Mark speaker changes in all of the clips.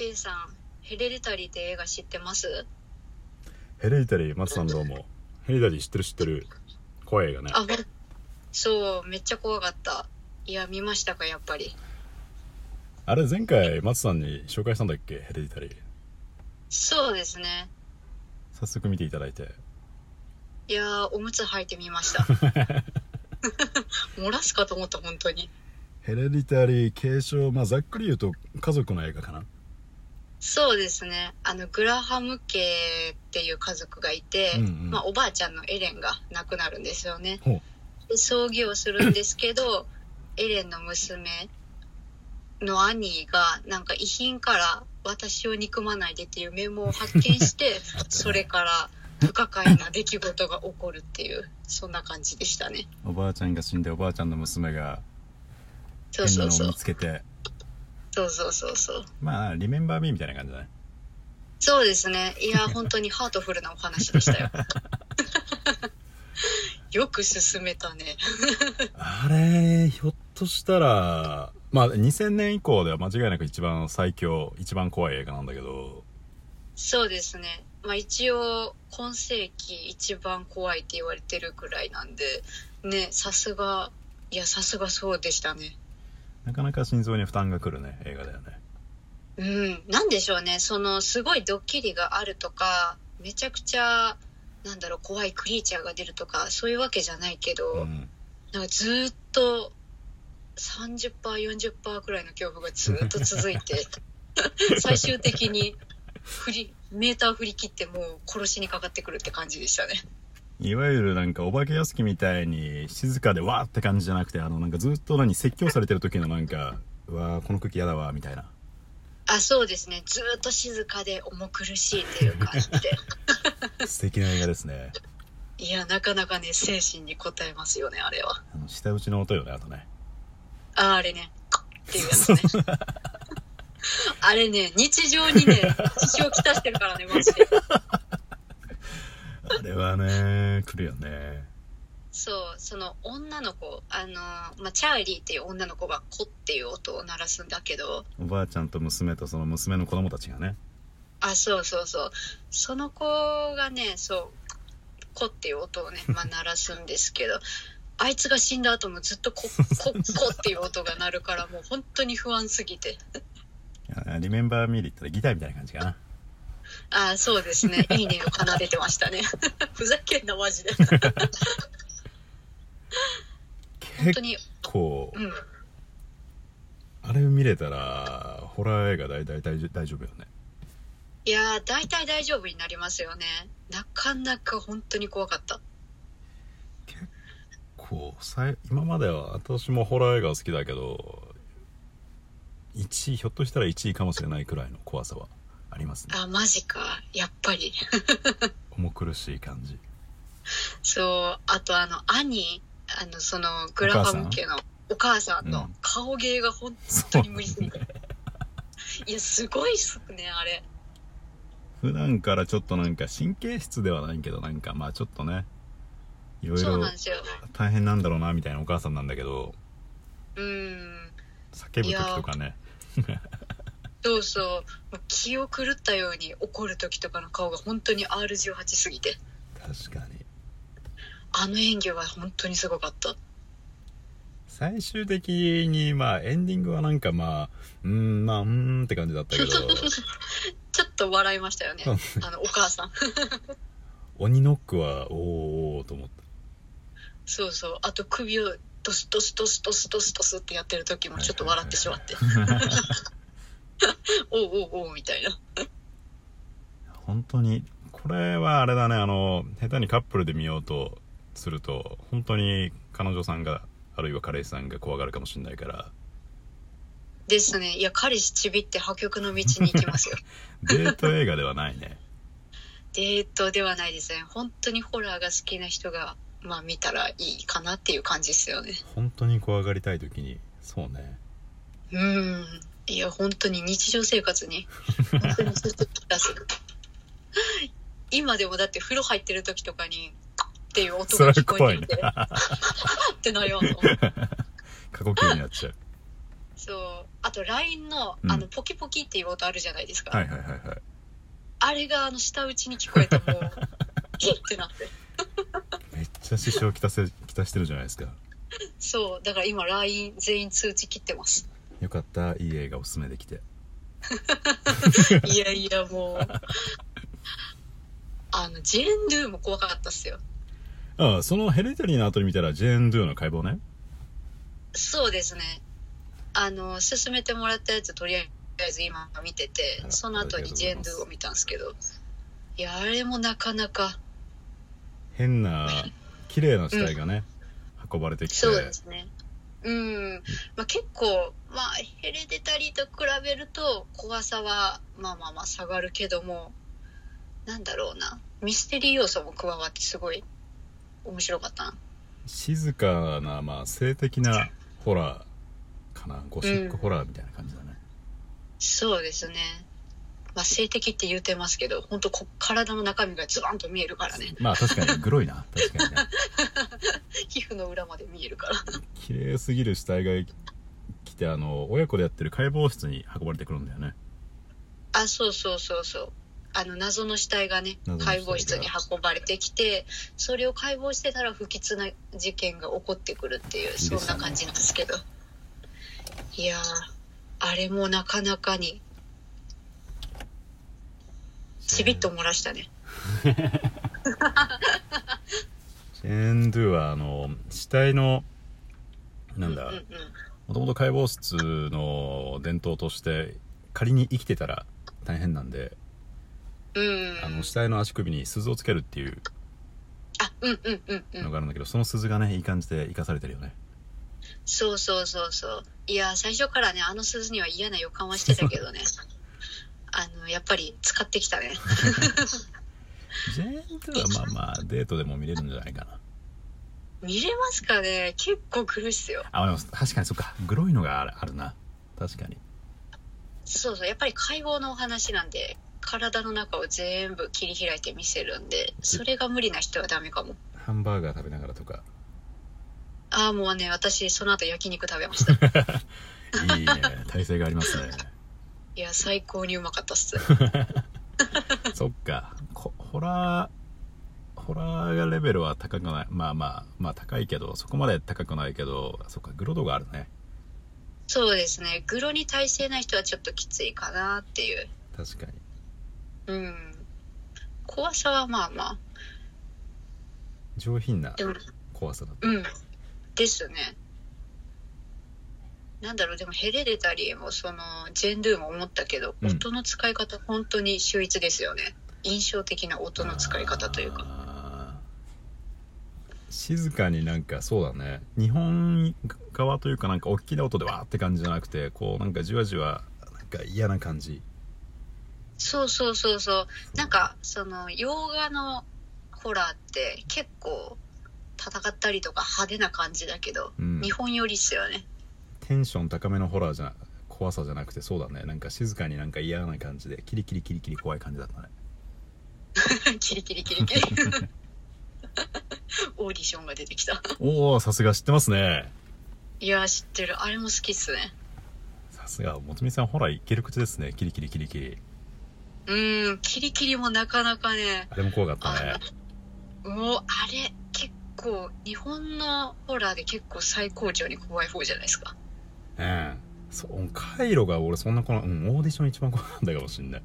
Speaker 1: A さんヘレデタリーって映画知ってます
Speaker 2: ヘレディタリー、松さんどうも。ヘレディタリー知ってる知ってる。怖い映画ね。
Speaker 1: あめそうめっちゃ怖かったいや見ましたかやっぱり
Speaker 2: あれ前回松さんに紹介したんだっけヘレディタリー。
Speaker 1: そうですね
Speaker 2: 早速見ていただいて。
Speaker 1: いやーおむつ履いてみました 漏らすかと思った本当に
Speaker 2: ヘレディタリー継承、まあざっくり言うと家族の映画かな。
Speaker 1: そうですねあのグラハム家っていう家族がいて、
Speaker 2: うんうん
Speaker 1: まあ、おばあちゃんのエレンが亡くなるんですよね
Speaker 2: ほう。
Speaker 1: で葬儀をするんですけどエレンの娘の兄がなんか遺品から「私を憎まないで」っていうメモを発見して それから不可解な出来事が起こるっていうそんな感じでしたね
Speaker 2: おばあちゃんが死んでおばあちゃんの娘が
Speaker 1: そう
Speaker 2: 変な
Speaker 1: そうそ
Speaker 2: のを
Speaker 1: う
Speaker 2: 見つけて、
Speaker 1: そうそうそうそう
Speaker 2: まあ、リメンバーミーみたいな感じだね。
Speaker 1: そうですねい や本当にハートフルなお話でしたよ よく進めたね
Speaker 2: あれ、ひょっとしたら、まあ2000年以降では間違いなく一番最強、一番怖い映画なんだけど、
Speaker 1: そうですね。まあ一応、今世紀一番怖いって言われてるくらいなんで、ね、さすが、いや、さすがそうでしたね。
Speaker 2: なかなか心臓に負担が来るね、映画だよね。
Speaker 1: うん、なんでしょうね。その、すごいドッキリがあるとか、めちゃくちゃ、なんだろう、怖いクリーチャーが出るとか、そういうわけじゃないけど、
Speaker 2: うん。
Speaker 1: なんかずーっと、30%、40%くらいの恐怖がずーっと続いて、最終的に、振り、メーター振り切ってもう殺しにかかってくるって感じでしたね。
Speaker 2: いわゆるなんかお化け屋敷みたいに静かでわーって感じじゃなくて、あのなんかずっと何説教されてる時のなんか、うわーこの空気嫌だわみたいな。
Speaker 1: あそうですねずーっと静かで重苦しいっていう感じで
Speaker 2: 素敵な映画ですね。
Speaker 1: いやなかなかね精神に応えますよねあれは
Speaker 2: あの、下打ちの音よね、あとね。
Speaker 1: ああれねカッっていうやつねあれね日常にね支障をきたしてるからねマジで
Speaker 2: あれはね、来るよね。
Speaker 1: そうその女の子あの、まあ、チャーリーっていう女の子が「コ」っていう音を鳴らすんだけど
Speaker 2: おばあちゃんと娘とその娘の子供たちがね。
Speaker 1: あそうそうそうその子がねそう「コ」っていう音をね、まあ、鳴らすんですけどあいつが死んだ後もずっとコッコッコッっていう音が鳴るからもう本当に不安すぎて
Speaker 2: いやリメンバーミーリってギターみたいな感じかな。
Speaker 1: ああそうですね「いいね」を奏でてましたね ふざけんなマジで本当
Speaker 2: 結
Speaker 1: に
Speaker 2: 構、
Speaker 1: うん
Speaker 2: あれ見れたら、ホラー映画大体大丈大丈夫よね。
Speaker 1: いやー大体大丈夫になりますよねなかなか本当に怖かった
Speaker 2: こう、さい今までは私もホラー映画好きだけど、1位、ひょっとしたら1位かもしれないくらいの怖さはありますね。
Speaker 1: あーマジかやっぱり
Speaker 2: 重苦しい感じ。
Speaker 1: そうあとあの兄あのそのグラハム家のお母さん
Speaker 2: う
Speaker 1: の
Speaker 2: ん
Speaker 1: 顔芸が本当に無理すぎて、いやすごいっすねあれ
Speaker 2: 普段からちょっとなんか神経質ではないけど、なんかまあちょっとね、いろい
Speaker 1: そう
Speaker 2: ろ
Speaker 1: なんですよ
Speaker 2: 大変なんだろうなみたいなお母さんなんだけど、
Speaker 1: うん
Speaker 2: 叫ぶ時とかね、
Speaker 1: そうそうもう気を狂ったように怒る時とかの顔が本当に R18 すぎて
Speaker 2: 確かに。
Speaker 1: あの演技は本当にすごかった
Speaker 2: 最終的にまあエンディングはなんかまあうーんまあうーんって感じだった けど
Speaker 1: ちょっと笑いましたよね
Speaker 2: うん
Speaker 1: あのお母さん
Speaker 2: 鬼ノックはおーおーと思っ
Speaker 1: そうそうあと首をドスドスドスドスドスドスってやってる時もちょっと笑ってしま って
Speaker 2: た
Speaker 1: おうおうおうみたいな
Speaker 2: 本当にこれはあれだねあの下手にカップルで見ようとすると本当に彼女さんがあるいは彼氏さんが怖がるかもしれないから
Speaker 1: ですねいや彼氏ちびって破局の道に行き ますよ
Speaker 2: デート映画ではないね
Speaker 1: デートではないですね本当にホラーが好きな人がまあ見たらいいかなっていう感じですよね
Speaker 2: 本当に怖がりたい時にそうね
Speaker 1: うんいや本当に日常生活に本当にずっと出す今でもだって風呂入ってる時とかにっていう音
Speaker 2: そ
Speaker 1: が
Speaker 2: れは
Speaker 1: 聞こ
Speaker 2: 怖
Speaker 1: え
Speaker 2: い
Speaker 1: て
Speaker 2: ね
Speaker 1: きてってなりますもん
Speaker 2: 過呼吸になっちゃう
Speaker 1: そうあと LINE の,、
Speaker 2: うん
Speaker 1: あのポキポキっていう音あるじゃないですか、
Speaker 2: はいはいはいはい
Speaker 1: あれがあの舌打ちに聞こえて もうえってなって
Speaker 2: めっちゃ支障をきたせきたしてるじゃないですか
Speaker 1: そうだから今 LINE 全員通知切ってます
Speaker 2: よかったいい映画おすすめできて
Speaker 1: いやいやもうあのジェーン・ドゥも怖かったっすよ
Speaker 2: ああそのヘレタリーの後に見たらジェーン・ドゥの解剖ね
Speaker 1: そうですねあの勧めてもらったやつとりあえず今見てて
Speaker 2: あら
Speaker 1: その後にジェーン・ドゥを見たんですけどいやあれもなかなか
Speaker 2: 変な綺麗な死体がね、運ばれてきて
Speaker 1: そうですね。うん。まあ、結構、まあ、ヘレデタリーと比べると怖さは、まあまあまあ下がるけども、なんだろうな。ミステリー要素も加わってすごい面白かったな。
Speaker 2: 静かな、まあ、性的なホラーかなゴシックホラーみたいな感じだね、
Speaker 1: そうですね。まあ、性的って言うてますけど、本当こ体の中身がズバンと見えるからね。
Speaker 2: まあ確かにグロいな確かにね
Speaker 1: 皮膚の裏まで見えるから。
Speaker 2: 綺麗すぎる死体が来てあの親子でやってる解剖室に運ばれてくるんだよね
Speaker 1: あ、そうそうそうそう。あの謎の死体がね
Speaker 2: 謎の死
Speaker 1: 解
Speaker 2: 体が
Speaker 1: 剖室に運ばれてきてそれを解剖してたら不吉な事件が起こってくるっていう
Speaker 2: です
Speaker 1: そ
Speaker 2: ね
Speaker 1: んな感じなんですけどいやーあれもなかなかにちびっと漏らしたね
Speaker 2: ジェーン・ドゥはあの死体のなんだ
Speaker 1: うんうん、
Speaker 2: もともと解剖室の伝統として仮に生きてたら大変なんで
Speaker 1: うん、
Speaker 2: あの死体の足首に鈴をつけるっていう
Speaker 1: あうんうんうんう
Speaker 2: の
Speaker 1: ん
Speaker 2: があるんだけど、その鈴がねいい感じで生かされてるよね
Speaker 1: そうそうそうそういやー最初からねあの鈴には嫌な予感はしてたけど ねあのやっぱり使ってきたね
Speaker 2: ジェーン・ドゥはまあまあデートでも見れるんじゃないかな
Speaker 1: 見れますかね結構苦しいっすよ
Speaker 2: あでも確かにそっかグロいのがあるあるな確かに
Speaker 1: そうそうやっぱり解剖のお話なんで体の中を全部切り開いて見せるんでそれが無理な人はダメかも
Speaker 2: ハンバーガー食べながらとか
Speaker 1: ああもうね私その後焼肉食べました
Speaker 2: いいね体勢がありますね
Speaker 1: いや最高にうまかったっす
Speaker 2: そっかこホラーホラーレベルは高くないまあまあまあ高いけどそこまで高くないけどそっかグロ度があるね
Speaker 1: そうですねグロに耐性ない人はちょっときついかなっていう
Speaker 2: 確かに
Speaker 1: うん怖さはまあまあ
Speaker 2: 上品な
Speaker 1: でも
Speaker 2: 怖さだった
Speaker 1: うんですねなんだろうでもヘレデタリーもそのジェンドゥも思ったけど、
Speaker 2: うん
Speaker 1: 音の使い方本当に秀逸ですよね印象的な音の使い方というか
Speaker 2: か静かになんかそうだね日本側というかなんか大きな音でわーって感じじゃなくてこうなんかじわじわなんか嫌な感じ
Speaker 1: そうそうそうそうなんかその洋画のホラーって結構戦ったりとか派手な感じだけど、
Speaker 2: うん
Speaker 1: 日本寄りっすよね
Speaker 2: テンション高めのホラーじゃ怖さじゃなくてそうだねなんか静かになんか嫌な感じでキリキリキリキリ怖い感じだったね
Speaker 1: キリキリキ リキリ オーディションが出てきた
Speaker 2: おおさすが知ってますね
Speaker 1: いやー知ってるあれも好きっすね
Speaker 2: さすがもつみさんホラーいける口ですねキリキリキリキリ
Speaker 1: うーんキリキリもなかなかね
Speaker 2: あれも怖かったね
Speaker 1: もうあれ結構日本のホラーで結構最高潮に怖い方じゃないですか
Speaker 2: うんそうカイロが俺そんなこの、うん、オーディション一番怖かったかもしんない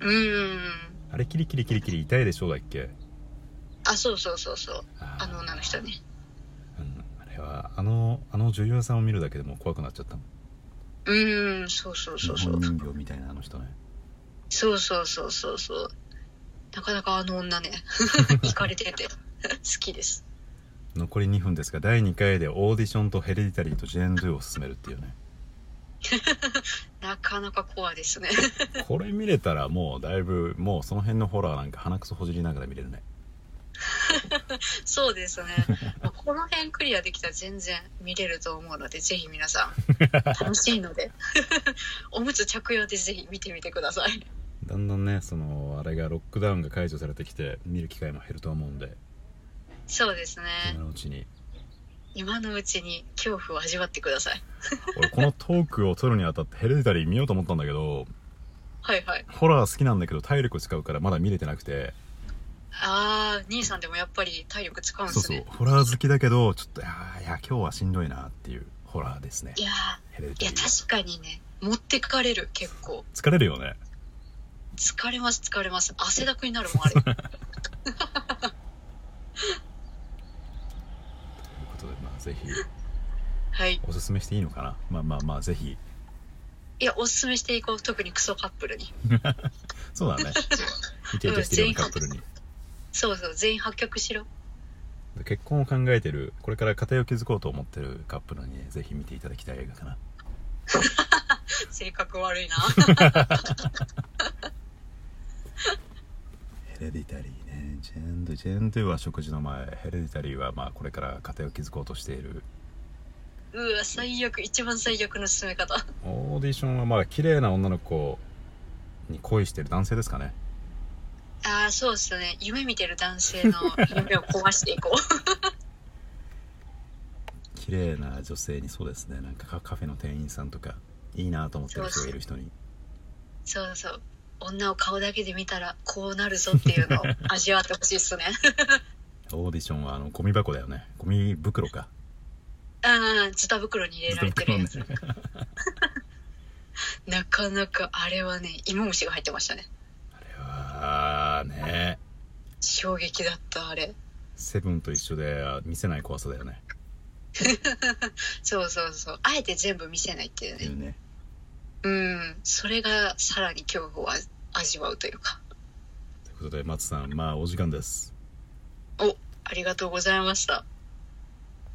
Speaker 2: う
Speaker 1: ーん
Speaker 2: あれキリキリキリキリ痛いでしょうだっけ
Speaker 1: あそうそうそうそう
Speaker 2: あー
Speaker 1: あの女の人ね
Speaker 2: うんあれはあのあの女優さんを見るだけでもう怖くなっちゃったもん
Speaker 1: うーんそうそうそうそう
Speaker 2: 日本人形みたいなあの人ね
Speaker 1: そうそうそうそうそうなかなかあの女ね惹かれて て好きです
Speaker 2: 残り2分ですが第2回でオーディションとヘレディタリーとジェーン・ドゥを進めるっ ていうね
Speaker 1: なかなか怖いですね
Speaker 2: これ見れたらもうだいぶもうその辺のホラーなんか鼻くそほじりながら見れるね
Speaker 1: そうですね、 まあこの辺クリアできたら全然見れると思うのでぜひ皆さ ん楽しいので おむつ着用でぜひ見てみてください
Speaker 2: だんだんねそのあれがロックダウンが解除されてきて見る機会も減ると思うんで
Speaker 1: そうですね
Speaker 2: 今のうちに
Speaker 1: 今のうちに恐怖を味わってください
Speaker 2: 俺このトークを取るにあたってヘレディタリー見ようと思ったんだけど
Speaker 1: はいはい
Speaker 2: ホラー好きなんだけど体力使うからまだ見れてなくて
Speaker 1: あー兄さんでもやっぱり体力使うんで
Speaker 2: そう
Speaker 1: す
Speaker 2: そう
Speaker 1: ね
Speaker 2: ホラー好きだけどちょっといやーいや今日はしんどいなっていうホラーですね
Speaker 1: いや
Speaker 2: ヘレ
Speaker 1: ー
Speaker 2: ディ
Speaker 1: い
Speaker 2: タ
Speaker 1: や
Speaker 2: リーは
Speaker 1: 確かにね持ってかれる結構
Speaker 2: 疲れるよね
Speaker 1: 疲れます疲れます汗だくになるもんあ れ
Speaker 2: ということでまあぜひ
Speaker 1: はい
Speaker 2: おすすめしていいのかなまあまあまあぜひ
Speaker 1: いやおすすめしていこう特にクソカップルに
Speaker 2: そうだねイケイケしてるようなカップルに
Speaker 1: そうそう全員破局しろ
Speaker 2: 結婚を考えてるこれから家庭を築こうと思ってるカップルにぜひ見ていただきたい映画かな
Speaker 1: 性格悪いな
Speaker 2: ヘレディタリーねジェンドゥジェンドゥは食事の前ヘレディタリーはまあこれから家庭を築こうとしている
Speaker 1: うわ最悪一番最悪の進め方
Speaker 2: オーディションはまあ綺麗な女の子に恋してる男性ですかね
Speaker 1: ああそうっすね夢見てる男性の夢を壊していこう
Speaker 2: 綺麗な女性にそうですねなんかカカフェの店員さんとかいいなと思ってる人がいる人に
Speaker 1: そうそう女を顔だけで見たらこうなるぞっていう のを味わってほしいっす ね
Speaker 2: オーディションはあのゴミ箱だよねゴミ袋か
Speaker 1: ああズタ袋に入れられてるやつ
Speaker 2: ズタ
Speaker 1: なかなかあれはね芋虫が入ってましたね
Speaker 2: あれはね
Speaker 1: 衝撃だったあれ
Speaker 2: セブンと一緒であ見せない怖さだよね
Speaker 1: そうそうそうあえて全部見せないっていう
Speaker 2: ってい
Speaker 1: ね
Speaker 2: うね
Speaker 1: うんそれがさらに恐怖を味わうというか
Speaker 2: ということで松さんまあお時間です
Speaker 1: おありがとうございました